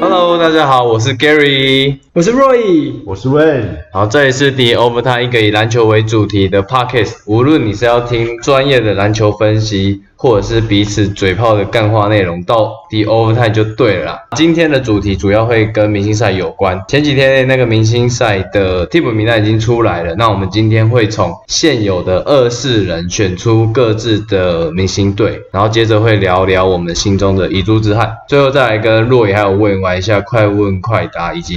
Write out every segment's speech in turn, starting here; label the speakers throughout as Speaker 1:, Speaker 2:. Speaker 1: Hello，大家好，我是 Gary，
Speaker 2: 我是 Roy，
Speaker 3: 我是 Wen，
Speaker 1: 好，这里是 The Overtime 一个以篮球为主题的 Podcast，无论你是要听专业的篮球分析，或者是彼此嘴炮的干话内容，到 The Overtime 就对了啦。今天的主题主要会跟明星赛有关，前几天那个明星赛的替补名单已经出来了，那我们今天会从现有的二四人选出各自的明星队，然后接着会聊聊我们心中的遗珠之憾，最后再来跟若野还有问玩一下快问快答以及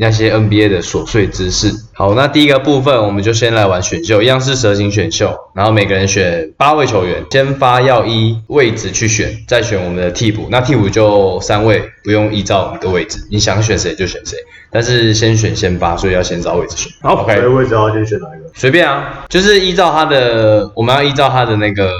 Speaker 1: 那些 NBA 的琐碎知识。好，那第一个部分我们就先来玩选秀，一样是蛇形选秀，然后每个人选八位球员，先发要依位置去选，再选我们的替补。那替补就三位，不用依照一个位置，你想选谁就选谁，但是先选先发，所以要先找位置选。
Speaker 3: 好，
Speaker 1: OK
Speaker 3: 所以位置要先选哪一个？
Speaker 1: 随便啊，就是依照他的，我们要依照他的那个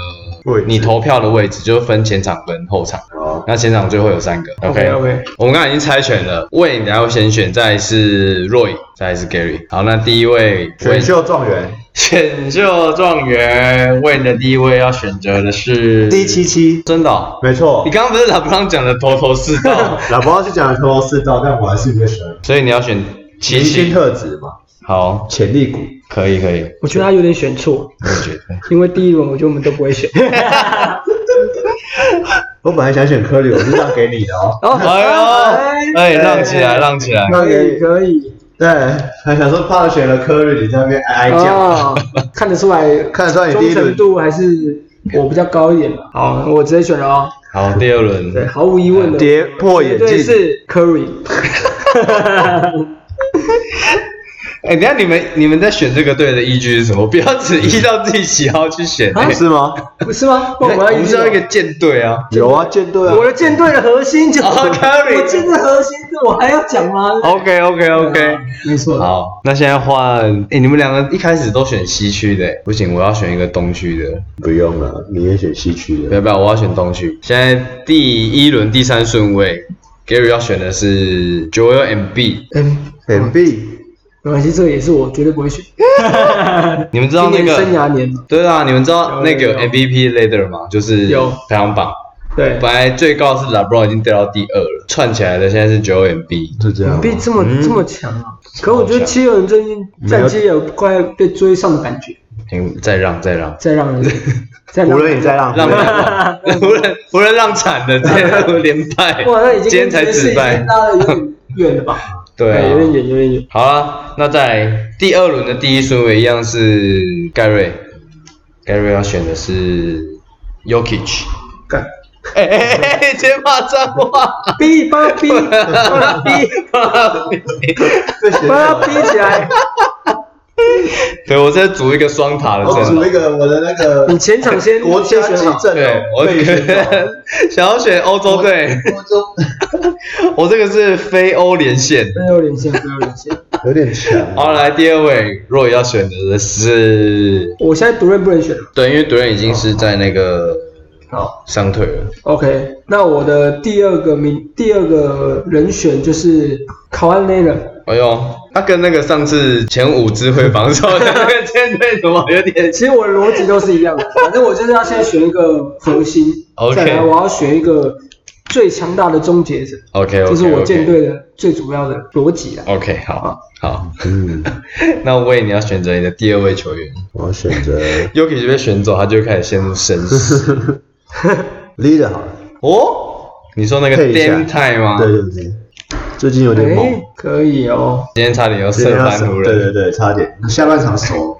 Speaker 3: 位置
Speaker 1: 你投票的位置，就是分前场跟后场。
Speaker 3: 好，
Speaker 1: 那前场最后有三个。OK
Speaker 2: OK，OK
Speaker 1: 我们刚才已经猜拳了，魏你要先选，再来是 Roy，再来是 Gary。好，那第一位
Speaker 3: 选秀状元，
Speaker 1: 选秀状元魏你的第一位要选择的是
Speaker 2: 第七，期，
Speaker 1: 真的哦、
Speaker 3: 没错
Speaker 1: 你。刚刚不是老布朗讲的头头是 道，
Speaker 3: 老婆是讲头头是道，但我还是没有选。
Speaker 1: 所以你要选
Speaker 3: 明
Speaker 1: 七
Speaker 3: 星
Speaker 1: 七。
Speaker 3: 特质嘛，
Speaker 1: 好，
Speaker 3: 潜力股。
Speaker 1: 可以可以，
Speaker 2: 我觉得他有点选错，
Speaker 1: 我也觉得。
Speaker 2: 因为第一轮我觉得我们都不会 选。
Speaker 3: 我本来想选科里，我是让给你的哦。
Speaker 2: 哦
Speaker 1: 哎呦，哎，让起来，
Speaker 2: 哎
Speaker 1: 让起来。
Speaker 2: 可以可以
Speaker 3: 对，还想说怕选了科里，你在那边哀哀叫。
Speaker 2: 哦，看得出来，
Speaker 3: 看得出来你第
Speaker 2: 忠
Speaker 3: 一
Speaker 2: 诚
Speaker 3: 轮
Speaker 2: 度还是我比较高一点吧。好，我直接选了哦。
Speaker 1: 好，第二轮。
Speaker 2: 对，毫无疑问的，
Speaker 3: 跌破眼
Speaker 2: 绝对
Speaker 3: 镜，
Speaker 2: 是 Curry。
Speaker 1: 哎、等一下你们你们在选这个队的依据是什么？不要只依照自己喜好去选、
Speaker 2: 啊
Speaker 1: 哎
Speaker 3: 是吗？
Speaker 2: 不是吗？
Speaker 1: 我
Speaker 2: 不然我要
Speaker 1: 们
Speaker 2: 一
Speaker 1: 是要一个舰队啊。
Speaker 3: 有啊，舰队
Speaker 2: 我
Speaker 3: 啊。
Speaker 2: 的舰队的核心就是
Speaker 1: 哦，Curry
Speaker 2: 我舰队核心，这我还要讲吗？
Speaker 1: OK OK OK，
Speaker 2: 没错。
Speaker 1: 好，那现在换哎、你们两个一开始都选西区的、哎不行，我要选一个东区的。
Speaker 3: 不用了，你也选西区
Speaker 1: 不
Speaker 3: 的。
Speaker 1: 要不要，我要选东区。现在第一轮第三顺位，Gary 要选的是 Joel m b
Speaker 2: 嗯，
Speaker 3: M B，
Speaker 2: 没关系，这个也是我绝对不会选。
Speaker 1: 你们知道那
Speaker 2: 今年
Speaker 1: 个
Speaker 2: 生涯年，
Speaker 1: 对啊，你们知道那
Speaker 2: 有
Speaker 1: 个
Speaker 2: 有有
Speaker 1: MVP ladder 吗？就是
Speaker 2: 有
Speaker 1: 排行榜。
Speaker 2: 对，
Speaker 1: 本来最高是 LeBron 已经掉到第二了，串起来的现在是 Joel m b
Speaker 3: 就这样
Speaker 2: 你
Speaker 3: 啊。
Speaker 2: 被这么、
Speaker 1: 嗯
Speaker 2: 这么强啊！可我觉得
Speaker 1: 强
Speaker 2: 七六人最近战绩有快被追上的感觉，
Speaker 1: 嗯，再让再让，
Speaker 2: 再 让人，再让
Speaker 3: 湖
Speaker 2: 人
Speaker 3: 人也在让，
Speaker 1: 让
Speaker 3: 湖人
Speaker 1: 湖人湖人让惨了，这样连败，
Speaker 2: 哇，那已经
Speaker 1: 今天才
Speaker 2: 跟爵士
Speaker 1: 止
Speaker 2: 已
Speaker 1: 败
Speaker 2: 经，拉的有 点远了吧？
Speaker 1: 对啊
Speaker 2: 有点远，有点远。
Speaker 1: 好了，那在第二轮的第一顺位一样是盖瑞，盖瑞要选的是 Yokich，
Speaker 2: 干，
Speaker 1: 哎哎哎哎，先骂脏话，
Speaker 2: 逼 帮他逼，帮他逼，
Speaker 3: 被选
Speaker 2: 帮
Speaker 3: 上
Speaker 2: 他逼起来。
Speaker 1: 对我在组一个双塔的
Speaker 3: 我
Speaker 1: 阵
Speaker 3: 哦组
Speaker 1: 容
Speaker 3: 一。个我的那个
Speaker 2: 你前场先
Speaker 3: 国家
Speaker 2: 先
Speaker 3: 级
Speaker 2: 选好
Speaker 3: 阵
Speaker 1: 对
Speaker 3: 容，，
Speaker 1: 我
Speaker 3: 被选上
Speaker 1: 想要选欧洲队，
Speaker 3: 国中
Speaker 1: 我这个是非欧连线。
Speaker 2: 没有连线，没有连线。
Speaker 3: 有点强。
Speaker 1: 好，来第二位，若雨要选择的是，
Speaker 2: 我现在独任不能选了。
Speaker 1: 对，因为独人已经是在那个
Speaker 2: 好
Speaker 1: 伤退了。
Speaker 2: ，OK，那我的第二个名，第二个人选就是考安内了。
Speaker 1: 哎呦，他跟那个上次前五支会防守的那个舰队怎么有点
Speaker 2: 其实我的逻辑都是一样的，反正我就是要先选一个核心
Speaker 1: OK
Speaker 2: 再来我要选一个最强大的终结者，
Speaker 1: ？OK，
Speaker 2: 这是我舰。队的最主要的逻辑啊。
Speaker 1: OK，好好，
Speaker 3: 嗯，
Speaker 1: 那魏你要选择你的第二位球员
Speaker 3: 我要选择
Speaker 1: ，Yuki 就被选走，他就开始陷入深 思。
Speaker 3: leader 好了，
Speaker 1: 哦，你说那个
Speaker 3: 配一下
Speaker 1: Damn Time 吗？
Speaker 3: 对对对，最近有点猛，
Speaker 2: 哎，可以哦，
Speaker 1: 今天差点要
Speaker 3: 今
Speaker 1: 射
Speaker 3: 天要
Speaker 1: 翻湖
Speaker 3: 对
Speaker 1: 人。
Speaker 3: 对对，差点。下半场手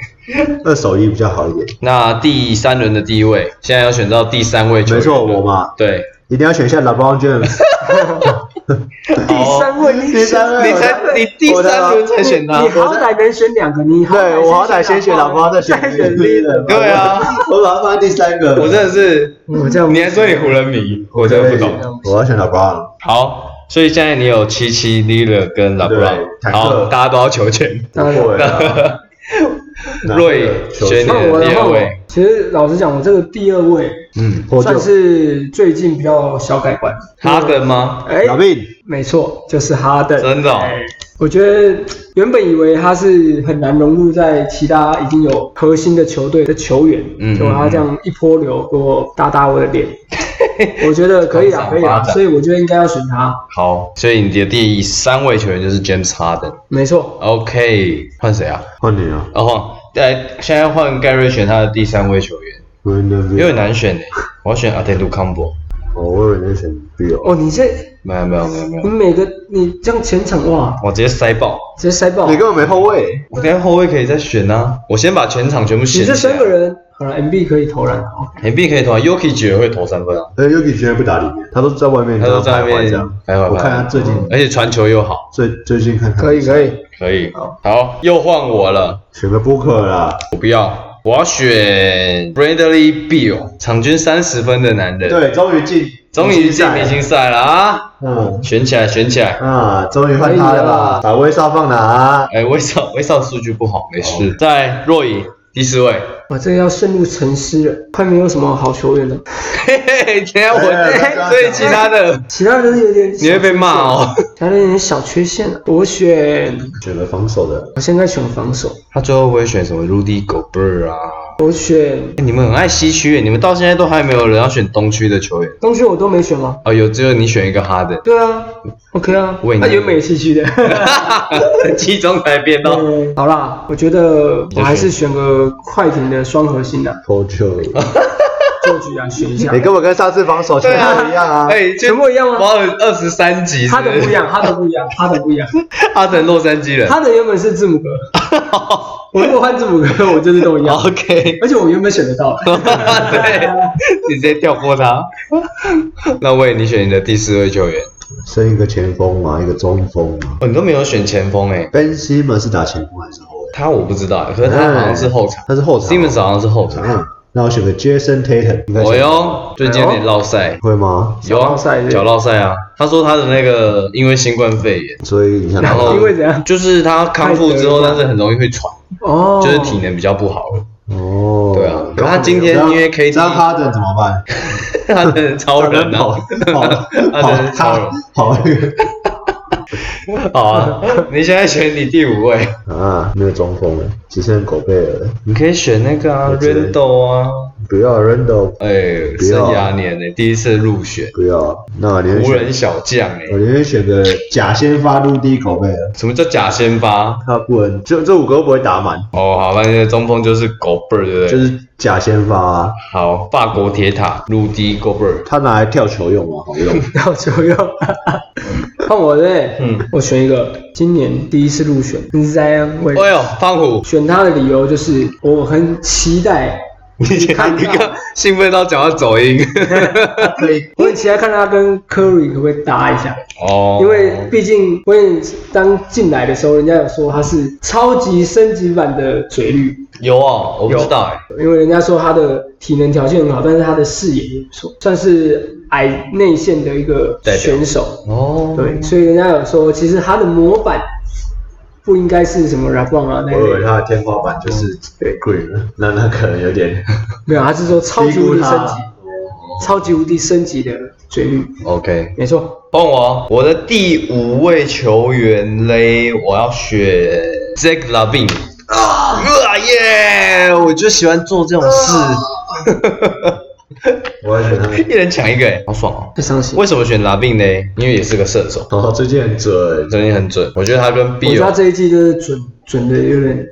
Speaker 3: 二手一比较好一点，
Speaker 1: 那第三轮的第一位，现在要选到第三位球员，
Speaker 3: 没错，我？嘛，
Speaker 1: 对，
Speaker 3: 一定要选一下 LeBron James，
Speaker 2: 第三位你
Speaker 3: 第三位
Speaker 1: 你才你第三轮才选他
Speaker 2: 你，好歹能选两个，你好
Speaker 3: 对我好歹先选
Speaker 2: 老
Speaker 3: LeBron，再选
Speaker 2: 再选
Speaker 3: leader，
Speaker 2: leader，
Speaker 1: 对啊，
Speaker 3: 我把他放在第三个，
Speaker 1: 我真的是，
Speaker 3: 嗯
Speaker 2: 我这样啊
Speaker 1: 你还说你湖人迷，我真的不懂。
Speaker 3: 我要选 LeBron，
Speaker 1: 好，所以现在你有七七 l i l a 跟 LeBron，
Speaker 3: 坦克
Speaker 1: 好，大家都要求签。
Speaker 2: 当 然
Speaker 3: 对啊哪个
Speaker 1: 瑞
Speaker 3: 球
Speaker 1: 选
Speaker 3: 队
Speaker 2: 那我的
Speaker 1: 第
Speaker 2: 话
Speaker 1: 二
Speaker 2: 我
Speaker 1: 位，
Speaker 2: 其实老实讲，我这个第二位
Speaker 1: 嗯，
Speaker 3: 破旧
Speaker 2: 算，是最近比较小改观。
Speaker 1: 哈登吗？
Speaker 2: 哎，
Speaker 3: 老兵
Speaker 2: 没错，就是哈登。
Speaker 1: 真的哦
Speaker 2: 哎我觉得原本以为他是很难融入在其他已经有核心的球队的球员，
Speaker 1: 嗯
Speaker 2: 结果他这样一波流，给我打打我的脸，我觉得可以
Speaker 1: 往
Speaker 2: 啊，
Speaker 1: 上
Speaker 2: 可 以啊
Speaker 1: 发，展
Speaker 2: 所以我觉得应该要选他。
Speaker 1: 好，所以你的第三位球员就是 James Harden。
Speaker 2: 没错，
Speaker 1: OK，换谁啊？
Speaker 3: 换你啊，
Speaker 1: 阿晃，来，现在换盖瑞选他的第三位球员，
Speaker 3: 我那
Speaker 1: 有点
Speaker 3: 边，
Speaker 1: 难选诶、我要选阿泰杜康博。
Speaker 3: 哦，我有点选 B 哦。
Speaker 2: 哦，你这
Speaker 1: 没有没有没有没
Speaker 2: 你
Speaker 1: 有，
Speaker 2: 每个你这样前场哇，
Speaker 1: 我直接塞爆。
Speaker 2: 直接塞爆
Speaker 3: 你。根本没后卫，
Speaker 1: 我等一下后卫可以再选啊，我先把全场全部
Speaker 2: 你
Speaker 1: 选起
Speaker 2: 这
Speaker 1: 来。
Speaker 2: 三个人，好了，MB 可以投篮哦。
Speaker 1: 你必可以投啊，Yuki 也会投三分啊，
Speaker 3: 而且 Yuki 居然不打里面，他呃都在外面，
Speaker 1: 他都在外面
Speaker 3: 这样
Speaker 1: 徘徊
Speaker 3: 我看他最近
Speaker 1: 而且传球又好，
Speaker 3: 最最近看看
Speaker 2: 可以可以，
Speaker 1: 可以。
Speaker 2: 好
Speaker 1: 好，又换我了，
Speaker 3: 选个 Booker 啦。
Speaker 1: 我不要，我要选 Bradley Beal，场均三十分的男人。，
Speaker 3: 对，终于进，
Speaker 1: 终于进明星
Speaker 3: 了。
Speaker 1: 赛了啊！
Speaker 3: 嗯
Speaker 1: 选起来，选起来。
Speaker 3: 啊，终于换他了
Speaker 2: 可以啊
Speaker 3: 啦，把威少放哪？
Speaker 1: 哎，威少，威少数据不好，哦没事。在若隐第四位，
Speaker 2: 哇，这个要深入沉思了，快没有什么好球员了。
Speaker 1: 嘿嘿，等一下我，
Speaker 3: 哎不要这样
Speaker 1: 所以其他的
Speaker 2: 其他人有点，
Speaker 1: 你会被骂哦。
Speaker 2: 其他人有点小缺陷了。我选，
Speaker 3: 选了防守的，
Speaker 2: 我现在选防守，
Speaker 1: 他最后会选什么 Rudy Gobert 啊？
Speaker 2: 我选
Speaker 1: 哎你们很爱西区耶，你们到现在都还没有人要选东区的球员
Speaker 2: 东区我都没选吗？
Speaker 1: 哦，有只有你选一个哈登，
Speaker 2: 对啊，OK 啊，
Speaker 1: 为你
Speaker 2: 他原本也是区 的。
Speaker 1: 其中哦才变到
Speaker 2: 嗯好啦，我觉得
Speaker 1: 就
Speaker 2: 我
Speaker 1: 选
Speaker 2: 还是选个快艇的双核 心的，
Speaker 3: 投球，
Speaker 2: 做局啊选一下
Speaker 3: 你。根本跟上次防守全部一样啊。
Speaker 1: 哎，
Speaker 2: 全部一样吗
Speaker 1: 包了二十三集，
Speaker 2: 哈登不一，样，哈登不一样，哈登 不一样。
Speaker 1: 哈登洛杉矶人。
Speaker 2: 哈登原本是 字母哥，我如果换字母哥，我就是都一样。
Speaker 1: OK，
Speaker 2: 而且我原本选得到，
Speaker 1: 对，你直接跳过他。那喂，你选你的第四位球员，
Speaker 3: 剩一个前锋嘛，一个中锋嘛。
Speaker 1: 哦，你都没有选前锋哎、
Speaker 3: Ben Simmons 是打前锋还是后卫？哎
Speaker 1: 他我不知道，欸可是他好像是后场
Speaker 3: 他是后场。
Speaker 1: ，Simmons 啊好像是后场。
Speaker 3: 嗯，那我选个 Jason Tatum，应该
Speaker 1: 哦
Speaker 3: 选
Speaker 1: 哟，最近有点落赛，
Speaker 3: 会吗？
Speaker 1: 有啊
Speaker 2: 脚落赛，
Speaker 1: 脚落赛啊。他说他的那个因为新冠肺炎，
Speaker 3: 所以你想
Speaker 1: 然后
Speaker 2: 因为怎样
Speaker 1: 就是他康复之后，
Speaker 2: 太得了
Speaker 1: 但是很容易会喘，
Speaker 2: 哦，
Speaker 1: 就是体能比较不好了。
Speaker 3: 哦，
Speaker 1: 对啊可他今天因为 KD
Speaker 3: 那哈登怎么 办？
Speaker 1: 他真的是超人
Speaker 3: 跑
Speaker 1: 啊！
Speaker 3: 跑
Speaker 1: 他真的是超人
Speaker 3: 跑跑那个
Speaker 1: 好啊，你现在选你第五位，
Speaker 3: 啊，没有中锋了，只剩狗贝尔了。
Speaker 1: 你可以选那个啊
Speaker 3: 我觉得
Speaker 1: ，Randall 啊，
Speaker 3: 不要 Randall，
Speaker 1: 哎，
Speaker 3: 不
Speaker 1: 生
Speaker 3: 要
Speaker 1: 涯年呢第一次入选，
Speaker 3: 不要，啊那我宁愿
Speaker 1: 湖
Speaker 3: 选
Speaker 1: 人小将哎，
Speaker 3: 我宁愿选个假先发陆地狗贝尔，
Speaker 1: 什么叫假先发？
Speaker 3: 他不能，这这五个都不会打满，
Speaker 1: 哦，好，那现在中锋就是狗贝儿，对不对？
Speaker 3: 就是假先发啊，
Speaker 1: 好，法国铁塔鲁迪戈贝尔，
Speaker 3: 他拿来跳球用嘛，好用。
Speaker 2: 要球 用。换我对，
Speaker 1: 嗯
Speaker 2: 我选一个，今年第一次入选 Zion
Speaker 1: 哎
Speaker 2: Williamson
Speaker 1: 呦，胖虎，
Speaker 2: 选他的理由就是我很期待，
Speaker 1: 你看你刚 兴奋到讲到走 音，
Speaker 3: 可以，
Speaker 2: 我很期待看他跟 Curry 可不可以搭一下，
Speaker 1: 哦
Speaker 2: 因为毕竟 Williams 刚进来的时候，人家有说他是超级升级版的嘴绿，
Speaker 1: 有啊，我不知道哎、
Speaker 2: 因为人家说他的体能条件很好，但是他的视野也不错，算是矮内线的一个
Speaker 1: 代表
Speaker 2: 选手。
Speaker 1: 哦，
Speaker 2: 对，所以人家有说，其实他的模板不应该是什么 r a b o n 啊那
Speaker 3: 我以为
Speaker 2: 类的，
Speaker 3: 他的天花板就是
Speaker 2: 对
Speaker 3: Green，那那可能有点
Speaker 2: 没有，他是说超级
Speaker 3: 低
Speaker 2: 无
Speaker 3: 估
Speaker 2: 敌
Speaker 3: 他
Speaker 2: 升级，超级无敌升级的嘴绿，
Speaker 1: ，OK，
Speaker 2: 没错。
Speaker 1: 换我，啊我的第五位球员嘞，我要选 Zach Lavin。啊耶！我就喜欢做这种事，
Speaker 3: 我要选他们。
Speaker 1: 一人抢一个、哎，好爽哦！
Speaker 2: 太伤心。
Speaker 1: 为什么选 Lavin 呢？因为也是个射手，
Speaker 3: 哦，最近很准，
Speaker 1: 真的很准。我觉得他跟
Speaker 2: 我
Speaker 1: B
Speaker 2: 觉得他
Speaker 1: 友
Speaker 2: 这一季就是准准的有
Speaker 1: 嗯
Speaker 2: 点，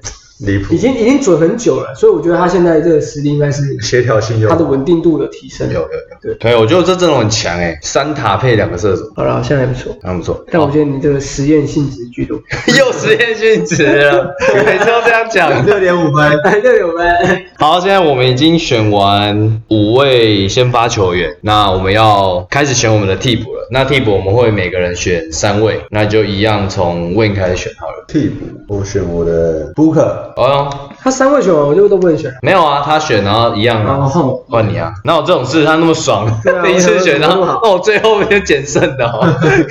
Speaker 3: 离谱
Speaker 2: 已，经已经准很久了，所以我觉得他现在这个实力应该是
Speaker 3: 协调性又
Speaker 2: 他的稳定度的提升。
Speaker 1: 有有有，
Speaker 2: 对
Speaker 1: 可以，我觉得这阵容很强哎、三塔配两个射手，
Speaker 2: 好了，现在还不错，
Speaker 1: 还不错。
Speaker 2: 但我觉得你这个实验性质居多。
Speaker 1: 又实验性质 了，每次都这样讲。
Speaker 3: 六点五分，
Speaker 2: 哎，六友们，
Speaker 1: 好，现在我们已经选完五位先发球员，那我们要开始选我们的替补了。那替补我们会每个人选三位，那就一样从 Win 开始选好了。
Speaker 3: 替补我选我的 Booker，
Speaker 1: 哦哟，
Speaker 2: 他三位选完我就都不能选了。
Speaker 1: 没有啊，他选然后一样
Speaker 2: 然
Speaker 1: 啊，
Speaker 2: 后
Speaker 1: 换你啊。哪有这种事？他那么爽，
Speaker 2: 对啊
Speaker 1: 第一次选，
Speaker 2: 我想
Speaker 1: 然后
Speaker 2: 说怎么那么好
Speaker 1: 哦，最后面捡剩的哦。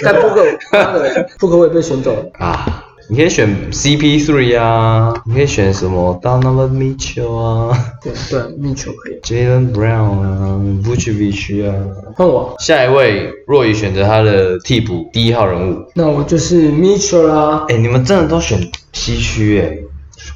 Speaker 2: 但 Booker 妈的 Booker 我也被选走了。
Speaker 1: 啊，你可以选 CP3 啊，你可以选什么 Donovan Mitchell 啊
Speaker 2: 对对，命球可以
Speaker 1: ，Jalen Brown 啊，Vucevic 啊。
Speaker 2: 换我，
Speaker 1: 下一位，若雨选择他的替补第一号人物。
Speaker 2: 那我就是 Mitchell 啦。
Speaker 1: 哎、你们真的都选西区哎、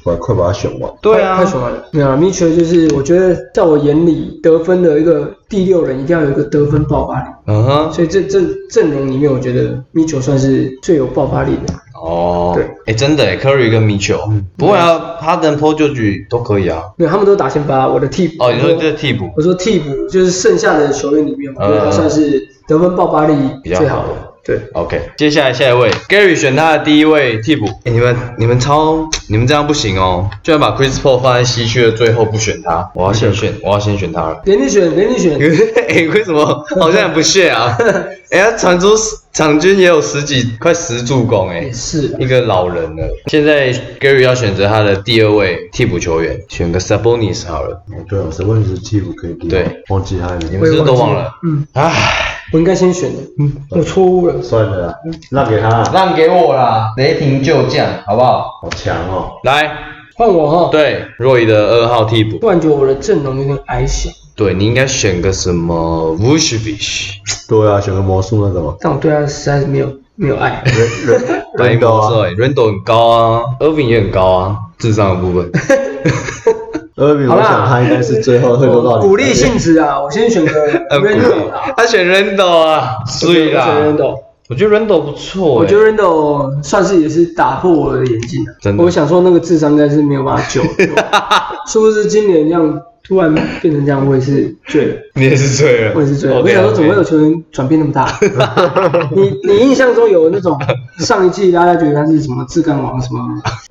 Speaker 3: 快快把它选完。
Speaker 1: 对啊
Speaker 4: 太，爽了。没有啊，Mitchell 就是我觉得在我眼里得分的一个第六人，一定要有一个得分爆发力。
Speaker 1: 嗯哼，
Speaker 4: 所以这阵阵容里面，我觉得 Mitchell 算是最有爆发力的。
Speaker 1: 哦，
Speaker 4: 对，
Speaker 1: 哎，真的哎，Curry 跟米球，不会啊，哈登、p o j o g 都可以啊。
Speaker 4: 没有，他们都打先发，我的替补。
Speaker 1: 哦，你说这替补
Speaker 4: 我说替补就是剩下的球员里面，我觉得他算是得分爆发力
Speaker 1: 比较
Speaker 4: 最
Speaker 1: 好
Speaker 4: 好的。对，
Speaker 1: ，OK。接下来下一位，Gary 选他的第一位替补。哎，你们你们超你们这样不行哦，居然把 Chris Paul 放在西区的最后不选他，我要先选，我要先选他了。
Speaker 4: 连你选，连你 选，
Speaker 1: 哎、为什么好像很不 屑啊？哎、他传出场均也有十几，快十助攻哎、
Speaker 4: 也是啊
Speaker 1: 一个老人了。现在 Gary 要选择他的第二位替补球员，选个 Sabonis 好了。
Speaker 3: 哦对，我是问题是替补可以替，
Speaker 1: 对，
Speaker 3: 忘记他的
Speaker 1: 你
Speaker 3: 名
Speaker 1: 们
Speaker 3: 字，
Speaker 1: 是不是都忘了？
Speaker 4: 嗯，
Speaker 1: 唉，
Speaker 4: 我应该先选的。嗯，我错误了。
Speaker 3: 算了啦，让给他啦，啊
Speaker 1: 让给我啦，雷霆就将，好不好？
Speaker 3: 好强哦，
Speaker 1: 来，
Speaker 4: 换我哈、
Speaker 1: 对，若雨的二号替补，
Speaker 4: 突然觉得我的阵容有点矮小，
Speaker 1: 对你应该选个什么 Vucevic，
Speaker 3: 对啊，选个魔术那个嘛，
Speaker 4: 但我对他实在是没有没有 爱。
Speaker 1: 白
Speaker 3: 高
Speaker 1: 魔兽
Speaker 3: 啊，
Speaker 1: 哎，Rondo 很高啊，Irving 也很高啊，智商的 部分。
Speaker 3: 二比，
Speaker 4: 好
Speaker 3: 我
Speaker 4: 啦
Speaker 3: 想他应该是最后会落到你
Speaker 4: 鼓励性质啊，我先 选个 Randall 啦。
Speaker 1: 他选 Rando 啊，所以啦
Speaker 4: 我，选 Randall，
Speaker 1: 我觉得 Rando 不错、欸，
Speaker 4: 我觉得 Randall 算是也是打破我的眼镜啊
Speaker 1: 真的
Speaker 4: 我想说那个智商应该是没有办法 救的，是不是今年这样突然变成这样，我也是醉了，
Speaker 1: 你也是醉了，
Speaker 4: 我也是醉了。我
Speaker 1: OK，OK
Speaker 4: 想说怎么会有球员转变那么 大？你你印象中有那种上一季大家觉得他是什么自干王，什 么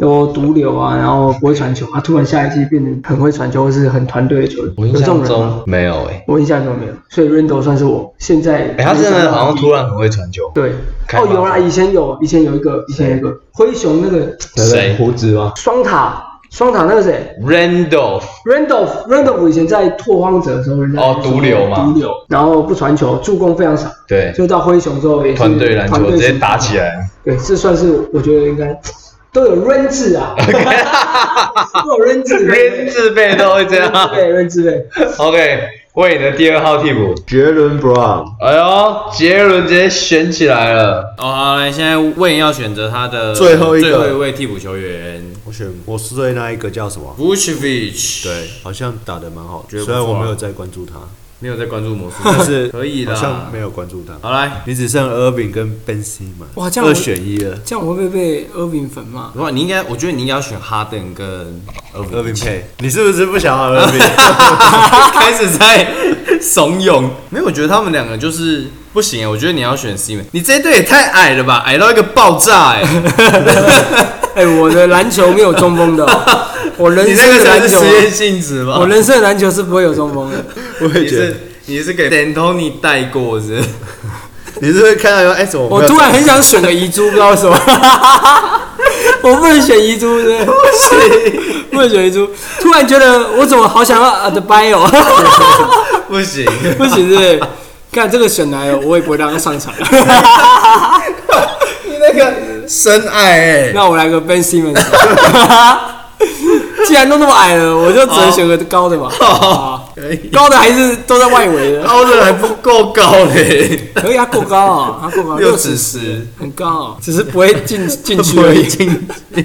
Speaker 4: 有毒瘤啊，然后不会传球啊，突然下一季变成很会传球，或是很团队的球员，
Speaker 1: 我
Speaker 4: 有
Speaker 1: 印
Speaker 4: 这种
Speaker 1: 象
Speaker 4: 人吗？
Speaker 1: 中没有哎、
Speaker 4: 我印象中没有，所以 Rando 算是我现在
Speaker 1: 欸，哎、他真的好像突然很会传球，
Speaker 4: 对
Speaker 1: 开
Speaker 4: 哦
Speaker 1: 发
Speaker 4: 有啦，以前有以前有一个以前有一个灰熊那个
Speaker 3: 对不对
Speaker 1: 谁
Speaker 3: 胡子吗？
Speaker 4: 双塔双塔那个谁
Speaker 1: Rando
Speaker 4: Randolph Randolph 以前在拓荒者的时候人家
Speaker 1: 哦
Speaker 4: 就说
Speaker 1: 毒瘤嘛
Speaker 4: 毒瘤，然后不传球，助攻非常少，
Speaker 1: 对，
Speaker 4: 就到灰熊之后也是
Speaker 1: 团队篮球
Speaker 4: 团
Speaker 1: 直
Speaker 4: 队
Speaker 1: 接打 起来，
Speaker 4: 对，这算是我觉得应该都有 Ren 字 啊，都有 Ren 字
Speaker 1: 连自备都会这样。
Speaker 4: 对 Ren 字对，
Speaker 1: OK，为你的第二号替补，
Speaker 3: 杰伦 Brown，
Speaker 1: 哎呦，杰伦直接选起来了。哦，好，来，现在魏要选择他的
Speaker 3: 最后一个最后一
Speaker 1: 位替补球员
Speaker 5: 我选我是对那一个叫什么？
Speaker 1: Vucevic，
Speaker 5: 对，，好像打得蛮好，
Speaker 1: 觉得不
Speaker 5: 虽然
Speaker 1: 错啊
Speaker 5: 我没有在关注他，
Speaker 1: 没有在关注魔术，
Speaker 5: 但是
Speaker 1: 可以
Speaker 5: 好
Speaker 1: 啦
Speaker 5: 像没有关注他。
Speaker 1: 好来，
Speaker 5: 你只剩 Irving 跟 Ben Simmons，
Speaker 2: 哇这样我
Speaker 5: 二选一了。
Speaker 2: 这样我会不会被 Irving 粉骂？
Speaker 6: 如果你应该，我觉得你应该要选哈登跟
Speaker 5: Irving 配，你是不是不想要 Irving？
Speaker 6: 开始在怂恿。没有，我觉得他们两个就是不行啊。我觉得你要选 C 美，你这一队也太矮了吧，矮到一个爆炸 哎、
Speaker 2: 哎、我的篮球没有中锋的哦、我人
Speaker 6: 你
Speaker 2: 生
Speaker 6: 那
Speaker 2: 的
Speaker 6: 个才
Speaker 2: 篮
Speaker 6: 是
Speaker 2: 球
Speaker 6: 实
Speaker 2: 啊，
Speaker 6: 验性质吧？
Speaker 2: 我人生的篮球是不会有中锋的。
Speaker 5: 我也
Speaker 6: 你
Speaker 5: 觉得
Speaker 6: 是，你是给 D'Antoni 带过是不是？
Speaker 5: 你是不是看到说，哎，怎么没
Speaker 2: 我
Speaker 5: 有
Speaker 2: 突然很想选个遗珠，不知道为什么。 我不能选遗珠，对不对？不能选遗珠。突然觉得我怎么好想要 a d b i o
Speaker 6: 不行，
Speaker 2: 不行，对不对？看这个选来了，我也不会让他上 场。
Speaker 6: 那个深爱哎、
Speaker 2: 那我来个 Ben Simmons。既然都那么矮了，我就只能选个高的吧。
Speaker 6: 哦
Speaker 2: 啊高的还是都在外围的，
Speaker 6: 高的还不够高 嘞，
Speaker 2: 可以啊，够高啊，他够高，
Speaker 6: 六
Speaker 2: 尺
Speaker 6: 尺十。
Speaker 2: 很高啊，只是不会 进进去
Speaker 6: 不
Speaker 2: 而
Speaker 6: 会
Speaker 2: 已。
Speaker 6: 进。你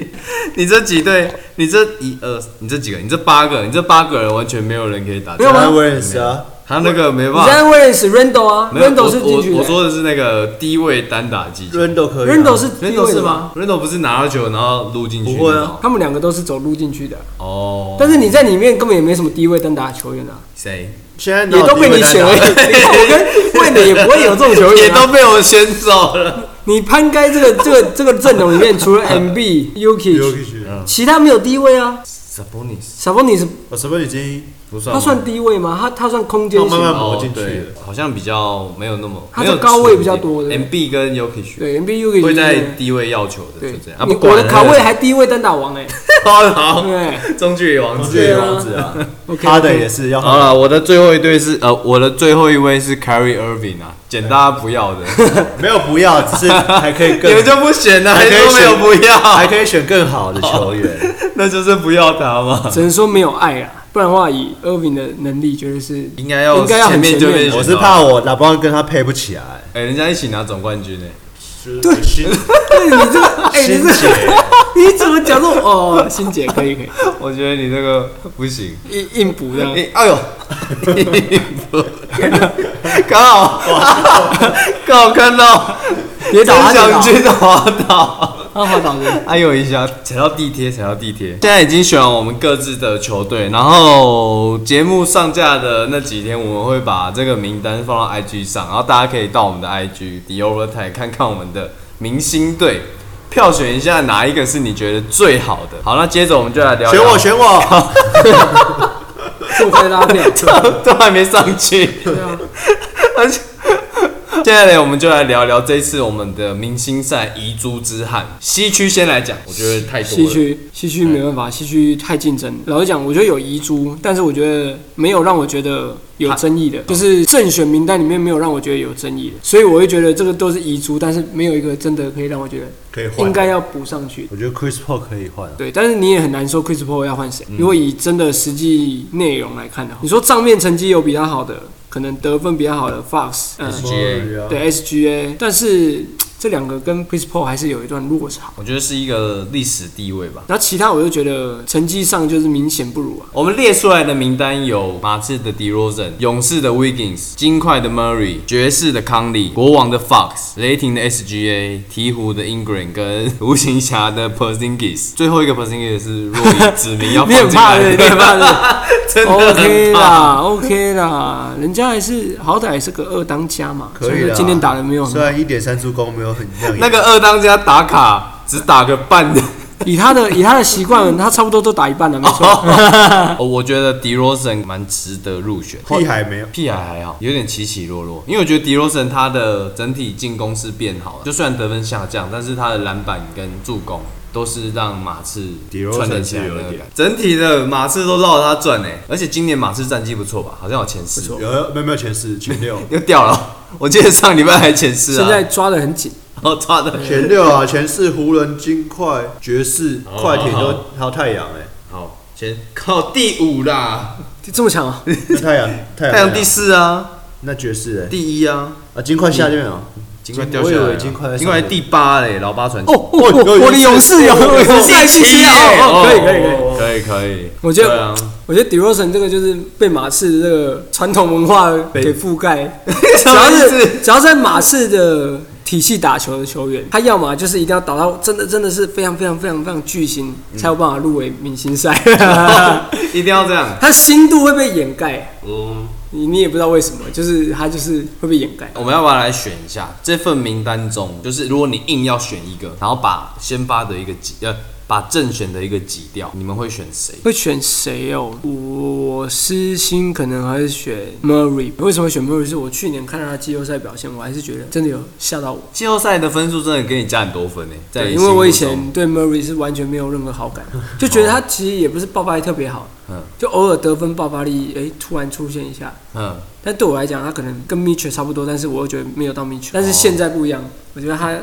Speaker 6: 你这几队，你这一二，你这几个，你这八个，你这八个人完全没有人可以打。
Speaker 2: 没有吗
Speaker 5: Zion Williams 啊？
Speaker 6: 他那个没
Speaker 2: 你
Speaker 6: 办
Speaker 2: 现
Speaker 6: 法
Speaker 2: 在。问的是 Randall 啊
Speaker 6: 没有
Speaker 2: ，Randall
Speaker 6: 我
Speaker 2: 是进去
Speaker 6: 我我
Speaker 2: 的
Speaker 6: 说的是那个低位单打技巧。
Speaker 5: ，Randall 可以啊
Speaker 2: ，Randall 是低
Speaker 6: Randall
Speaker 2: 位
Speaker 6: 是
Speaker 2: 的？
Speaker 6: 吗？Randall 不是拿到球然后撸进去那
Speaker 5: 不
Speaker 6: 种？
Speaker 5: 会啊
Speaker 2: 他们两个都是走路进去的，
Speaker 6: 哦，
Speaker 2: 但是你在里面根本也没什么低位单打球员啊，
Speaker 6: 谁？
Speaker 5: 现在
Speaker 2: 也都被你选而已。 你看我跟魏的也 不会有这种球
Speaker 6: 也
Speaker 2: 员
Speaker 6: 都
Speaker 2: 啊。
Speaker 6: 被我选走了。
Speaker 2: 你潘该这个这个这个阵容里面， 除了 MB、Yuki，
Speaker 5: Jokic
Speaker 2: 其他没有低位啊。
Speaker 6: Sabonis
Speaker 2: 小峰，你是
Speaker 5: 我什么已经
Speaker 6: 不算吗，
Speaker 2: 他算低位吗？他他算空间
Speaker 5: 慢慢
Speaker 2: 型吗？
Speaker 5: 跑
Speaker 6: 哦
Speaker 5: 进去
Speaker 6: 对
Speaker 5: 了
Speaker 6: 好像比较没有那么，
Speaker 2: 他
Speaker 6: 没有
Speaker 2: 在高位
Speaker 6: 出
Speaker 2: 比较
Speaker 6: 一点
Speaker 2: 多对不
Speaker 6: MB 跟 y o k i
Speaker 2: 对，MB Yuki
Speaker 6: 会在低位要球的，
Speaker 2: 对
Speaker 6: 就这样。啊，
Speaker 2: 你
Speaker 6: 不
Speaker 2: 我
Speaker 6: 管
Speaker 2: 的卡位
Speaker 6: 那个
Speaker 2: 还低位单打王 哎，
Speaker 6: 好好，
Speaker 2: 对
Speaker 6: 中距离王子。
Speaker 5: 对王子啊，
Speaker 2: OK，
Speaker 5: 哈登也是要
Speaker 6: 好了，我的最后一队是呃，我的最后一位是 Carry Irving 啊，捡大家不要 的，
Speaker 5: 没有不要，只是还可以更
Speaker 6: 你们就不选了，还
Speaker 5: 还可以
Speaker 6: 说没有
Speaker 5: 选
Speaker 6: 不
Speaker 5: 还
Speaker 6: 要，
Speaker 5: 可以选更好的球员。
Speaker 6: 那就是不要他 嘛。
Speaker 2: 只能说没有爱啊，不然的话以 Irving 的能力绝对是
Speaker 6: 应该要
Speaker 2: 应该要很
Speaker 6: 前面就被
Speaker 2: 前面
Speaker 6: 选
Speaker 5: 我是
Speaker 6: 到
Speaker 5: 怕我打包跟他配不起来，
Speaker 6: 哎，人家一起拿总冠军呢，
Speaker 5: 就是我心
Speaker 2: 对你这个，哎、你
Speaker 5: 心
Speaker 2: 这
Speaker 5: 结
Speaker 2: 个， 你怎么讲这种？哦，欣姐可以可以，
Speaker 6: 我觉得你那个不行。
Speaker 2: 硬硬补这样。
Speaker 6: 你 哎呦，刚 好刚好看 到
Speaker 2: 别倒啊，别倒
Speaker 6: 曾祥
Speaker 2: 啊，
Speaker 6: 军的滑倒，
Speaker 2: 啊滑倒的。
Speaker 6: 哎呦一下踩到地铁，踩到地铁。现在已经选完我们各自的球队，然后节目上架的那几天，我们会把这个名单放到 IG 上，然后大家可以到我们的 IG The Overtime 看看我们的明星队。票选一下哪一个是你觉得最好的？好，那接着我们就来聊聊。
Speaker 5: 选我选我，
Speaker 2: 做快拉 票，
Speaker 6: 都还没上去。而且，接下来我们就来聊聊这一次我们的明星赛遗珠之憾。西区先来讲，我觉得太多
Speaker 2: 西
Speaker 6: 了。
Speaker 2: 区西区没办法，西区太竞争了。老实讲，我觉得有遗珠，但是我觉得没有让我觉得有争议的，就是正选名单里面没有让我觉得有争议的，所以我会觉得这个都是遗珠，但是没有一个真的可以让我觉得
Speaker 5: 可以换
Speaker 2: 应。该要补上去的。
Speaker 5: 我觉得 Chris Paul 可以换啊，
Speaker 2: 对，但是你也很难说 Chris Paul 要换谁。
Speaker 6: 嗯
Speaker 2: 如果以真的实际内容来看的话，你说账面成绩有比他好的，可能得分比他好的 Fox，嗯，
Speaker 6: GA
Speaker 2: 对 SGA，但是这两个跟 Chris Paul 还是有一段落差。
Speaker 6: 我觉得是一个历史地位吧。
Speaker 2: 然后其他我就觉得成绩上就是明显不如啊。
Speaker 6: 我们列出来的名单有马刺的 DeRozan、勇士的 Wiggins、金块的 Murray、爵士的康利、国王的 Fox、雷霆的 SGA、鹈鹕的 Ingram 跟 独行侠的 Porzingis。最后一个 Porzingis 是若以指名 要
Speaker 2: 你
Speaker 6: 放
Speaker 2: 很
Speaker 6: 进
Speaker 2: 怕
Speaker 6: 来
Speaker 2: 的，
Speaker 6: 的，
Speaker 2: 你很怕的。
Speaker 6: 真的很
Speaker 2: OK
Speaker 6: 怕。
Speaker 2: 啦，OK 啦，人家还是好歹也是个二当家嘛，
Speaker 5: 可
Speaker 2: 所
Speaker 5: 以
Speaker 2: 说
Speaker 5: 啦
Speaker 2: 今天打的没有很
Speaker 5: 虽
Speaker 2: 好，
Speaker 5: 然一点三助攻没有很亮眼，
Speaker 6: 那个二当家打卡只打个半的，
Speaker 2: 以他的以他的习惯，他差不多都打一半了，没错。
Speaker 6: 哦我觉得迪罗森蛮值得入选。
Speaker 5: 屁还没有，
Speaker 6: 屁还还好，有点起起落落，因为我觉得迪罗森他的整体进攻是变好了，就虽然得分下降，但是他的篮板跟助攻都是让马刺
Speaker 5: 迪罗森
Speaker 6: 串联起来的
Speaker 5: 是有
Speaker 6: 那个
Speaker 5: 一点
Speaker 6: 感觉。整体的马刺都绕着他转哎，而且今年马刺战绩不错吧，好像有前四，
Speaker 5: 有没有没有前四前六
Speaker 6: 又掉了。我记得上礼拜还前四
Speaker 2: 现
Speaker 6: 啊，
Speaker 2: 在抓的很紧，
Speaker 6: 我抓的
Speaker 5: 前六啊，前四湖人、金块、爵士、快艇都还有太阳哎，
Speaker 6: 好前靠第五啦，
Speaker 2: 这么强啊！
Speaker 5: 那 太阳太阳
Speaker 6: 太阳第四啊，
Speaker 5: 那爵士哎
Speaker 6: 第一啊，
Speaker 5: 啊金块下面啊，
Speaker 6: 尽快嗯掉下来啊
Speaker 5: 我以
Speaker 6: 了，
Speaker 5: 为金块在上面
Speaker 6: 因为第八嘞，老八传奇。
Speaker 2: 哦哦哦，
Speaker 5: 有一次
Speaker 2: 我的勇士有，我的勇士在西区啊！哦哦，可以可以可以。
Speaker 6: 以可以可以。
Speaker 2: 我觉得
Speaker 6: 对啊
Speaker 2: 我觉得 d e r o s o n 这个就是被马刺这个传统文化给覆盖，只要
Speaker 6: 什么意
Speaker 2: 是只要在马刺的体系打球的球员，他要么就是一定要打到真的真的是非常非常非常非常巨星，才有办法入围明星赛，
Speaker 6: 一定要这样。
Speaker 2: 他心度会被掩盖，
Speaker 6: 嗯，
Speaker 2: 你你也不知道为什么，就是他就是会被掩盖。
Speaker 6: 我们要不要来选一下这份名单中，就是如果你硬要选一个，然后把先发的一个挤，呃，把正选的一个挤掉，你们会选谁？
Speaker 2: 会选谁哦？我私心可能还是选 Murray。为什么会选 Murray？是我去年看到他季后赛表现，我还是觉得真的有吓到我。
Speaker 6: 季后赛的分数真的给你加很多分呢、欸在
Speaker 2: 对，
Speaker 6: 你
Speaker 2: 因为我以
Speaker 6: 心目
Speaker 2: 前
Speaker 6: 中
Speaker 2: 对 Murray 是完全没有任何好感，就觉得他其实也不是爆发力特别好，
Speaker 6: 嗯
Speaker 2: 就偶尔得分爆发力，哎、突然出现一下。
Speaker 6: 嗯，
Speaker 2: 但对我来讲，他可能跟 Mitchell 差不多，但是我又觉得没有到
Speaker 6: 哦
Speaker 2: Mitchell。但是现在不一样，我觉得他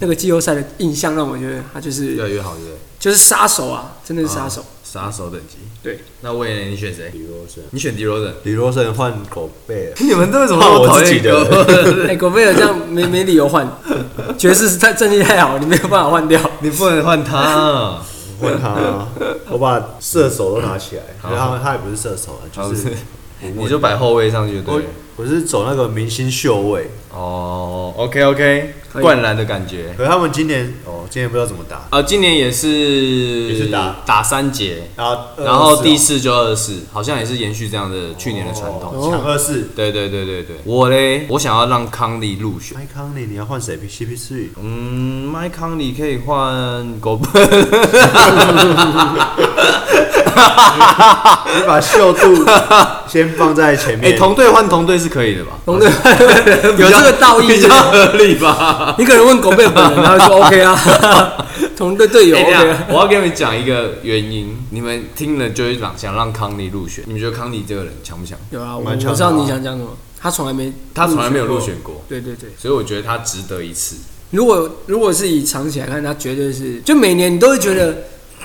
Speaker 2: 那个季后赛的印象让我觉得他就
Speaker 6: 越来
Speaker 2: 是
Speaker 6: 越好，对哦不对？
Speaker 2: 就是杀手啊，真的是杀手。
Speaker 6: 杀手等级。
Speaker 2: 对，
Speaker 6: 那魏磊，你选谁？
Speaker 5: 李罗森，
Speaker 6: 你选迪罗的。
Speaker 5: 李罗森换狗啊贝尔，
Speaker 6: 你们都为什么
Speaker 5: 怕我
Speaker 6: 那么讨厌
Speaker 5: 自己的
Speaker 6: 迪罗 森？
Speaker 2: 哎、狗贝尔这样没没理由换，爵士是太战绩太好，你没有办法换 掉。
Speaker 6: 你不能换他啊。
Speaker 5: 换他啊， 我把射手都拿起来，因为他们他也不是射手啊，
Speaker 6: 好
Speaker 5: 就是
Speaker 6: 是你就摆后卫上去就
Speaker 5: 我
Speaker 6: 对了。
Speaker 5: 我是走那个明星秀位，
Speaker 6: 哦，OK OK，
Speaker 2: 可以
Speaker 6: 灌篮的感觉。
Speaker 5: 可是他们今年哦，今年不知道怎么打，
Speaker 6: 呃，今年也是
Speaker 5: 也是打
Speaker 6: 打三节，
Speaker 5: 然后
Speaker 6: 然后第
Speaker 5: 四哦
Speaker 6: 四哦就二四，好像也是延续这样的去年的传统。
Speaker 5: 抢二四，
Speaker 6: 对对对对对，我嘞，我想要让康利入选。
Speaker 5: 麦康利你要换谁？CP 3
Speaker 6: 嗯，麦康利可以换狗贝，
Speaker 5: 你把秀度 先放在前
Speaker 6: 哎，
Speaker 5: 面，
Speaker 6: 同队换同队是可以的吧？
Speaker 2: 龙队 有这个道义
Speaker 6: 哦 比
Speaker 2: 是
Speaker 6: 较
Speaker 2: 不是
Speaker 6: 合理吧？
Speaker 2: 你可能问狗贝尔本人，他会说 OK 啊，同队队友
Speaker 6: 哎等一
Speaker 2: OK
Speaker 6: 下
Speaker 2: 啊。
Speaker 6: 我要跟你们讲一个原因，你们听了就会想想让康利入选。你们觉得康利这个人强不强？
Speaker 2: 有啊，我我
Speaker 5: 蛮强的啊
Speaker 2: 知道你想讲什么，他从来没
Speaker 6: 他从来没有入选过，
Speaker 2: 对对对，
Speaker 6: 所以我觉得他值得一次。
Speaker 2: 如果如果是以长期来看，他绝对是就每年你都会觉得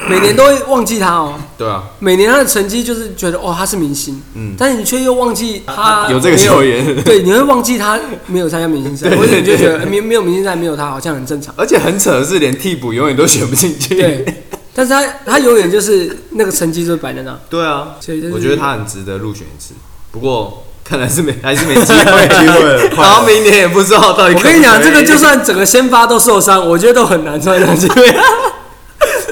Speaker 2: 每年都会忘记他哦。
Speaker 6: 对啊，
Speaker 2: 每年他的成绩就是觉得哦他是明星，
Speaker 6: 嗯
Speaker 2: 但是你却又忘记他
Speaker 6: 有这个
Speaker 2: 没
Speaker 6: 球员
Speaker 2: 对，你会忘记他没有参加明星 赛，或者你就觉得呃没没有明星赛没有他好像很正常，
Speaker 6: 而且很扯的是，连替补永远都选不进去。
Speaker 2: 对，但是他他永远就是那个成绩就是摆在 那，
Speaker 6: 对啊，
Speaker 2: 所以就是
Speaker 6: 我觉得他很值得入选一次。不过看来是没，还是没机
Speaker 3: 没机
Speaker 6: 会。
Speaker 3: 会了，快
Speaker 6: 然后
Speaker 3: 了
Speaker 6: 明年也不知道到
Speaker 2: 我
Speaker 6: 底可不可以。
Speaker 2: 跟你讲，这个 就算整个先发都受伤，我觉得都很难穿上去。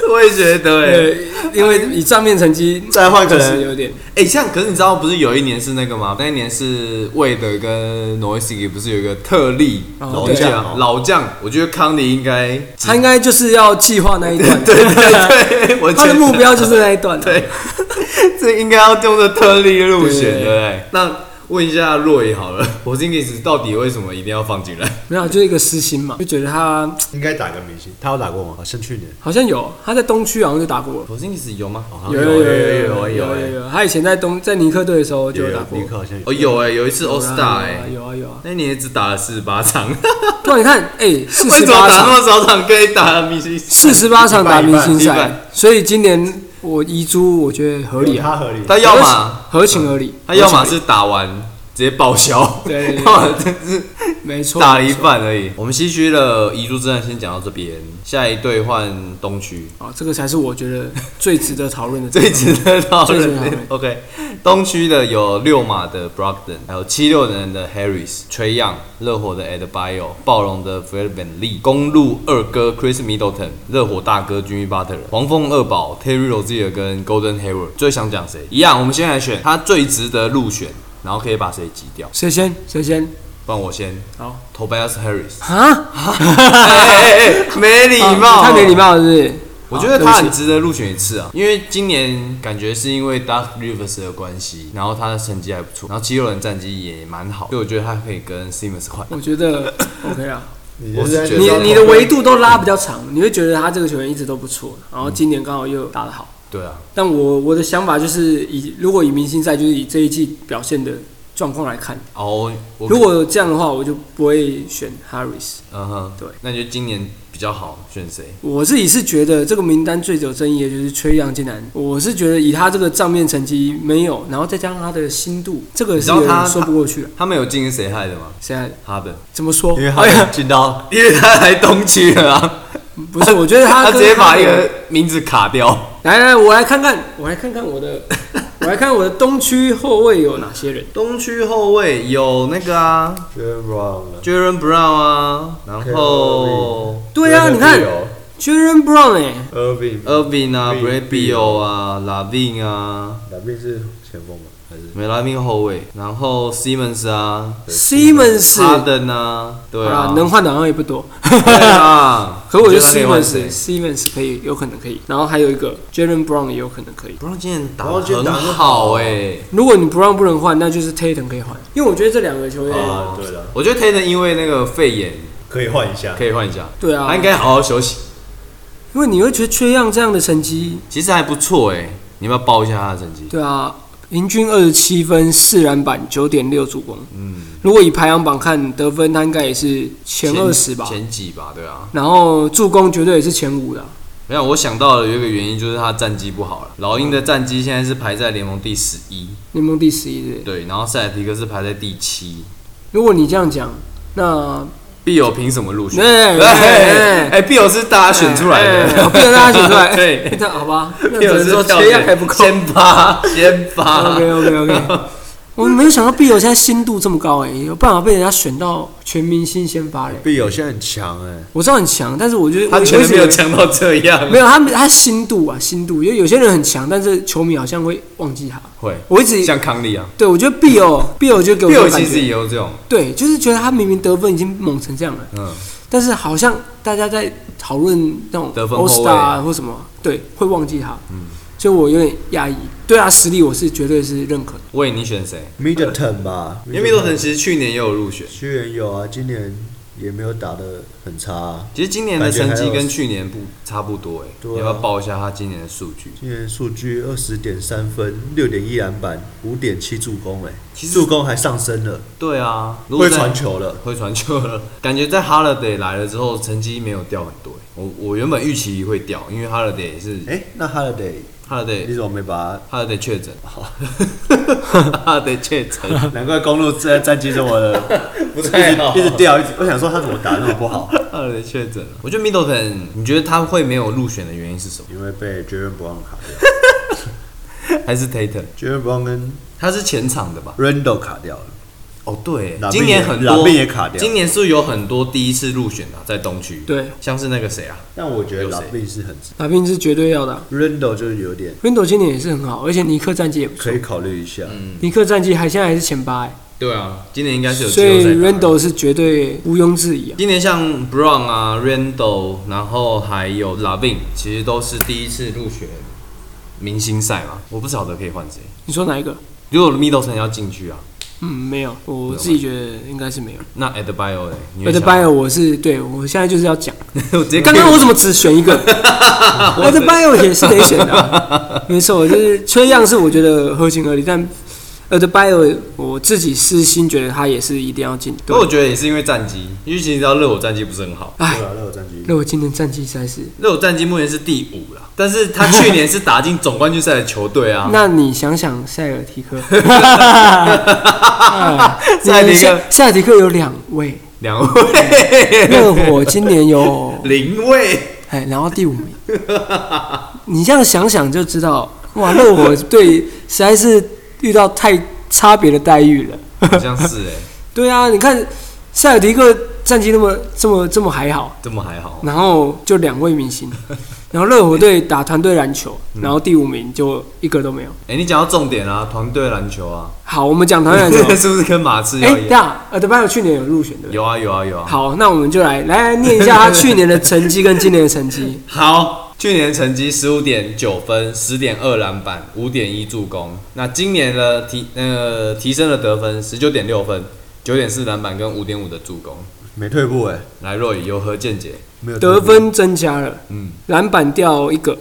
Speaker 6: 我也觉得哎、
Speaker 2: 对，因为以账面成绩
Speaker 3: 再换可
Speaker 2: 就是
Speaker 3: 能
Speaker 2: 有点
Speaker 6: 哎、像可是你知道，不是有一年是那个吗？那一年是魏德跟诺维斯基，不是有一个特例
Speaker 2: 哦
Speaker 6: 对
Speaker 3: 对
Speaker 6: 啊老将？我觉得康尼应该，
Speaker 2: 他应该就是要计划那一段，
Speaker 6: 对对对，我 觉
Speaker 2: 他
Speaker 6: 得
Speaker 2: 的目标就是那一段。啊
Speaker 6: 对，这应该要用的特例入选，
Speaker 2: 对
Speaker 6: 对不对？那问一下若野好了，火星 k i s 到底为什么一定要放进来？
Speaker 2: 没有，就是一个私心嘛，就觉得他
Speaker 3: 应该打个明星，他有打过吗？好像去年
Speaker 2: 好像有他在东区好像就打过了，
Speaker 6: 火星 k i s 有吗？好像
Speaker 2: 有
Speaker 6: 有
Speaker 2: 有
Speaker 6: 有有
Speaker 2: 有有，他以前在东在尼克队的时候就有打过
Speaker 3: 尼，克好像
Speaker 6: 哦有哎、有一次 All
Speaker 2: 有
Speaker 6: Star
Speaker 2: 啊
Speaker 6: 哎、
Speaker 2: 有啊有啊，
Speaker 6: 那一年也只打了四十八场，
Speaker 2: 对啊，你看，哎，四
Speaker 6: 为
Speaker 2: 十
Speaker 6: 什么
Speaker 2: 八
Speaker 6: 打那
Speaker 2: 场，
Speaker 6: 么少场可以打明星赛？
Speaker 2: 四十八场打明星
Speaker 6: 一半一半
Speaker 2: 赛，所以今年我遗珠我觉得合理啊，
Speaker 3: 他合理，
Speaker 6: 他要么
Speaker 2: 合情合理，
Speaker 6: 他要么是打完直接报销，
Speaker 2: 对
Speaker 6: 要么就是
Speaker 2: 没错，
Speaker 6: 打了一半而已。我们西区的遗珠之战先讲到这边，下一队换东区。
Speaker 2: 啊，这个才是我觉得最值得讨论的地
Speaker 6: 最
Speaker 2: 方。
Speaker 6: 值得讨
Speaker 2: 最值得讨
Speaker 6: 论
Speaker 2: 论。
Speaker 6: OK，东区的有六马的 Brogdon，还有七六人的 Harris、崔样、热火的 Ed Bio、暴龙的 Fred Van Lee、公路二哥 Chris Middleton、热火大哥 Jimmy Butler、黄蜂二宝 Terry Rozier 跟 Golden Hayward。最想讲谁？一样，我们先来选他最值得入选，然后可以把谁挤掉。
Speaker 2: 谁先？谁先？
Speaker 6: 帮我先。
Speaker 2: 好
Speaker 6: Tobias Harris，
Speaker 2: 啊，
Speaker 6: 哎哎哎没礼貌，啊
Speaker 2: 太没礼。貌了，是不是？
Speaker 6: 我觉得他很值得入选一次啊，因为今年感觉是因为 Dark Rivers 的关系，然后他的成绩还不错，然后七六人战绩也蛮好，所以我觉得他可以跟 Simmons 换。
Speaker 2: 我觉得 OK 啊，
Speaker 3: 你
Speaker 6: 我是觉得
Speaker 2: 你你的维度都拉比较长，你会觉得他这个球员一直都不错，然后今年刚好又打得好。
Speaker 6: 对啊，
Speaker 2: 但我我的想法就是以如果以明星赛就是以这一季表现的状况来看，
Speaker 6: 哦，我
Speaker 2: 如果这样的话，我就不会选 Harris。
Speaker 6: 嗯哼，
Speaker 2: 对，
Speaker 6: 那你就今年比较好选谁？
Speaker 2: 我自己是觉得这个名单最有争议的就是崔杨进来，我是觉得以他这个账面成绩没有，然后再加上他的心度，这个
Speaker 6: 你
Speaker 2: 是
Speaker 6: 知道
Speaker 2: 有
Speaker 6: 他
Speaker 2: 点说不过去了。
Speaker 6: 他们有进是谁害的吗？
Speaker 2: 现在
Speaker 6: 哈登，
Speaker 2: 怎么 说？
Speaker 3: 因为他进到
Speaker 6: 因为他来东区了啊，
Speaker 2: 不是，我觉得他
Speaker 6: 他
Speaker 2: 跟
Speaker 6: 直接把一个名字卡掉。
Speaker 2: 来来，我来看看，我来看看我的， 我来看我的东区后卫有哪些人。
Speaker 6: 东区后卫有那个啊
Speaker 3: j e r o n
Speaker 6: ，Jaren Brown 啊，然后
Speaker 2: 对啊，你看 j a r e n Brown 哎、
Speaker 3: Irving，
Speaker 6: Irving 啊 b r a
Speaker 3: Irving
Speaker 6: b i o 啊 l a v i n 啊。
Speaker 3: 两边是前锋吗？还是
Speaker 6: 梅拉命后卫，然后 Simmons 啊
Speaker 2: Simmons，
Speaker 6: 哈登啊，对啊
Speaker 2: 啊，，能换的好像也不多。。
Speaker 6: 对啊
Speaker 2: 可我觉得欸
Speaker 6: 他可以换谁
Speaker 2: Simmons，Simmons 可以，有可能可以。然后还有一个 Jalen Brown 也有可能可以。
Speaker 6: Brown 今年打得
Speaker 3: Brown 今年
Speaker 6: 很
Speaker 3: 打得很
Speaker 6: 好
Speaker 3: 好啊
Speaker 6: 哎、
Speaker 2: 如果你 Brown 不能换，那就是 Tatum 可以换，因为我觉得这两个球员，
Speaker 3: 啊，对了，
Speaker 6: 我觉得 Tatum 因为那个肺炎
Speaker 3: 可以换一下
Speaker 6: 可。以换一下，
Speaker 2: 对啊
Speaker 6: 他应该好好休息，
Speaker 2: 因为你会觉得缺样这样的成绩，
Speaker 6: 其实还不错哎、你要不要报一下他的成绩？
Speaker 2: 对啊，平均二十七分、四篮板、九点六助攻。嗯，如果以排行榜看得分，他应该也是前二十吧，
Speaker 6: 前几吧，对啊。
Speaker 2: 然后助攻绝对也是前五的啊。
Speaker 6: 没有，我想到了有一个原因就是他战绩不好了，老鹰的战绩现在是排在联盟第十一，
Speaker 2: 联盟第十一对不对。
Speaker 6: 对，然后塞尔提克是排在第七，
Speaker 2: 如果你这样讲，那
Speaker 6: 必有凭什么入选？
Speaker 2: 哎
Speaker 6: 哎
Speaker 2: 哎
Speaker 6: 哎，必有是大家选出来的，
Speaker 2: 不能让他选出来。
Speaker 6: 对，
Speaker 2: 那好吧，那
Speaker 6: 必
Speaker 2: 只
Speaker 6: 有
Speaker 2: 能
Speaker 6: 是
Speaker 2: 说
Speaker 6: 跳
Speaker 2: 缺样
Speaker 6: 选
Speaker 2: 还不够。
Speaker 6: 先 发，先发。
Speaker 2: OK OK OK，我没有想到 B 友现在心度这么高哎、有办法被人家选到全明星先发嘞、
Speaker 3: 队友现在很强哎，
Speaker 2: 我知道很强，但是我觉得
Speaker 6: 他
Speaker 2: 我
Speaker 6: 绝对没有
Speaker 2: 我一直
Speaker 6: 强到这样
Speaker 2: 没，有他他心度啊心度，因为有些人很强，但是球迷好像会忘记他。
Speaker 6: 会
Speaker 2: 我一直
Speaker 6: 像康利啊，
Speaker 2: 对我觉得 B 友 B 友就给我
Speaker 6: 必
Speaker 2: 这
Speaker 6: 有
Speaker 2: 种感
Speaker 6: 其实
Speaker 2: 觉，
Speaker 6: 也有这种，
Speaker 2: 对，就是觉得他明明得分已经猛成这样了，
Speaker 6: 嗯，
Speaker 2: 但是好像大家在讨论那种
Speaker 6: 得分
Speaker 2: All
Speaker 6: 后卫
Speaker 2: Star 啊或什么，对，会忘记他。嗯，所以我有点压抑。对他实力我是绝对是认可的。
Speaker 6: 喂，你选谁？
Speaker 3: ，Middleton 吧，
Speaker 6: 因为密豆腾其实去年也有入选，
Speaker 3: 去年有啊，今年
Speaker 5: 也没有打的很差、啊。
Speaker 6: 其实今年的成绩跟去年不差不多哎、
Speaker 5: 对啊
Speaker 6: 你要不要报一下他今年的数据？
Speaker 5: 今年数据二十点三分，六点一篮板，五点七助攻、哎，
Speaker 6: 其实
Speaker 5: 助攻还上升了，
Speaker 6: 对啊，如果
Speaker 5: 会
Speaker 6: 在
Speaker 5: 传球了。
Speaker 6: 会传球了， 感觉在 Holiday 来了之后成绩没有掉很多欸、我我原本预期会掉，因为 Holiday 也是
Speaker 5: 哎、那 Holiday
Speaker 6: Holiday
Speaker 5: 你怎么没把
Speaker 6: Holiday 确诊 ，Holiday 确诊，
Speaker 5: 他？难怪公路战战绩这么的，
Speaker 6: 不啊
Speaker 5: 一直一直掉，一直我想说他怎么打那么不好，
Speaker 6: Holiday 确诊了。我觉得 Middleton，你觉得他会没有入选的原因是 什么？
Speaker 5: 因为被 j a r e n Brown 卡掉
Speaker 6: 还是 Tatum？
Speaker 5: j a r e n Brown 跟
Speaker 6: 他是前场的吧？
Speaker 5: Randall 卡掉了，
Speaker 6: 哦，对欸，
Speaker 5: Lavin
Speaker 6: 今年很
Speaker 5: 也 Lavin
Speaker 6: 多
Speaker 5: 也卡掉
Speaker 6: 今年是有很多第一次入选的、啊在东区，
Speaker 2: 对，
Speaker 6: 像是那个谁啊，
Speaker 5: 但我觉得
Speaker 6: 有谁
Speaker 5: 老病是很
Speaker 2: 打拼是绝对要的啊、
Speaker 5: Randall 就是有点
Speaker 2: Window 今年也是很好，而且尼克战绩也不错
Speaker 5: 可以，考虑一下，
Speaker 6: 嗯
Speaker 2: 尼克战绩还现在还是前八哎、
Speaker 6: 对啊，今年应该是有季
Speaker 2: 所以
Speaker 6: 后赛打
Speaker 2: Randall 是绝对毋庸置疑啊。
Speaker 6: 今年像 Brown 啊、Randall，然后还有 Lavin，其实都是第一次入选明星赛嘛。我不晓得可以换谁。
Speaker 2: 你说哪一个？
Speaker 6: 如果 Middleton 要进去啊，
Speaker 2: 嗯，没有，我自己觉得应该是没有。
Speaker 6: 那 a d b i o 嘞？你
Speaker 2: 而
Speaker 6: 会
Speaker 2: 且
Speaker 6: 想
Speaker 2: Bio 我是对我现在就是要讲，
Speaker 6: 我直接
Speaker 2: 刚刚我怎么只选一 个？啊而且 Bio 也是得选的啊、没错，就是缺样是我觉得合情合理，但呃而且 Bio 我自己私心觉得他也是一定要进。
Speaker 6: 不过我觉得也是因为战绩，因为其实你知道热火战绩不是很好，
Speaker 2: 哎
Speaker 5: 对，啊，那有战绩。
Speaker 2: 那我今年战绩赛是，
Speaker 6: 热火战绩目前是第五啦，但 是他去年是打进总冠军赛的球队啊。
Speaker 2: 那你想想塞尔提 克，啊
Speaker 6: 塞尔提克
Speaker 2: 你想塞尔提克有两 位，
Speaker 6: 两位
Speaker 2: 热火今年有
Speaker 6: 零位，
Speaker 2: 哎，然后第五名，你这样想想就知道，哇，热火队实在是遇到太差别的待遇了。
Speaker 6: 好像是哎、
Speaker 2: 对啊，你看塞尔提克战绩那么这么这么还好，
Speaker 6: 这么还好。
Speaker 2: 然后就两位明 星，然后热火队打团队篮球，
Speaker 6: 嗯
Speaker 2: 然后第五名就一个都没有。
Speaker 6: 哎、你讲到重点啊，团队篮球啊，
Speaker 2: 好，我们讲团队篮球。
Speaker 6: 是不是跟马刺
Speaker 2: 哎、
Speaker 6: 要
Speaker 2: 等
Speaker 6: 一
Speaker 2: 一
Speaker 6: 样？
Speaker 2: 下，呃，德班有去年有入选对不对？
Speaker 6: 有啊有啊有啊。
Speaker 2: 好，那我们就来来念一下他去年的成绩跟今年的成 绩。
Speaker 6: 好，去年成绩十五点九分，十点二篮板，五点一助攻。那今年的提呃提升了得分，十九点六分，九点四篮板跟五点五的助攻。
Speaker 5: 没退步哎、
Speaker 6: 来，若雨有何见解？
Speaker 5: 没有退步
Speaker 2: 得分增加了，
Speaker 6: 嗯
Speaker 2: 篮板掉一个，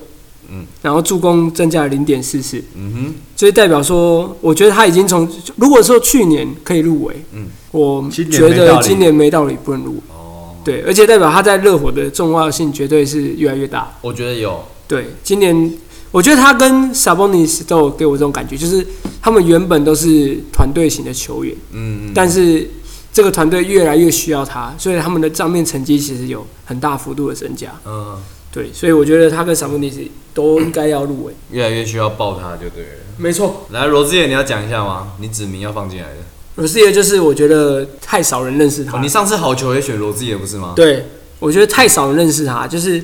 Speaker 6: 嗯
Speaker 2: 嗯，然后助攻增加了零点四四，
Speaker 6: 嗯
Speaker 2: 所以代表说，我觉得他已经从如果说去年可以入围，
Speaker 6: 嗯
Speaker 2: 嗯，我
Speaker 5: 今年
Speaker 2: 觉
Speaker 5: 没道
Speaker 2: 得
Speaker 5: 理
Speaker 2: 今年没道理不能入围，
Speaker 6: 哼，哦，
Speaker 2: 对，而且代表他在热火的重要性绝对是越来越大，
Speaker 6: 我觉得有，
Speaker 2: 对，今年我觉得他跟 Sabonis 都有给我这种感觉，就是他们原本都是团队型的球员，
Speaker 6: 嗯，
Speaker 2: 但是这个团队越来越需要他，所以他们的账面成绩其实有很大幅度的增加。
Speaker 6: 嗯，
Speaker 2: 对，所以我觉得他跟萨布尼斯都应该要入围。
Speaker 6: 越来越需要爆他就对了。
Speaker 2: 没错，
Speaker 6: 来，罗志远，你要讲一下吗？你指名要放进来的。
Speaker 2: 罗斯耶就是我觉得太少人认识他。
Speaker 6: 哦，你上次好球也选罗志远不是吗？
Speaker 2: 对，我觉得太少人认识他，就是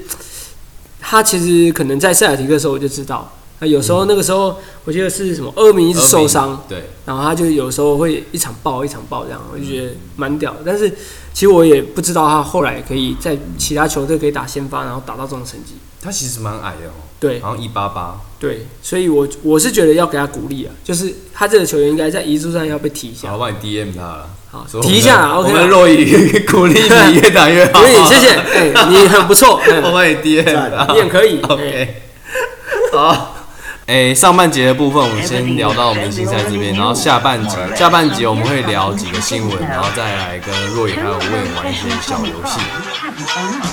Speaker 2: 他其实可能在塞尔提克的时候我就知道，那有时候那个时候我记得是什么厄明一直受伤，
Speaker 6: 对，
Speaker 2: 然后他就有时候会一场爆一场爆这样，我就觉得蛮屌的。但是其实我也不知道他后来可以在其他球队可以打先发，然后打到这种成绩。
Speaker 6: 他其实蛮矮的哦，
Speaker 2: 对，
Speaker 6: 好像一八八。
Speaker 2: 对，所以我我是觉得要给他鼓励啊，就是他这个球员应该在遗嘱上要被提一
Speaker 6: 好，
Speaker 2: 下
Speaker 6: 我。帮你 DM 他了。
Speaker 2: 好
Speaker 6: 所以我们
Speaker 2: 提一
Speaker 6: 的
Speaker 2: 下啦
Speaker 6: 我
Speaker 2: ，OK
Speaker 6: 们的
Speaker 2: 啦。
Speaker 6: 若雨鼓励你越打越好。
Speaker 2: 可以，谢谢，哎、你很不错，哎
Speaker 6: 我帮你 DM 啦
Speaker 2: 你很可以。哎
Speaker 6: OK，好。哎、上半节的部分我们先聊到明星赛这边，然后下半集下半集我们会聊几个新闻，然后再来跟若野还有魏玩一些小游戏。
Speaker 7: Happy Online.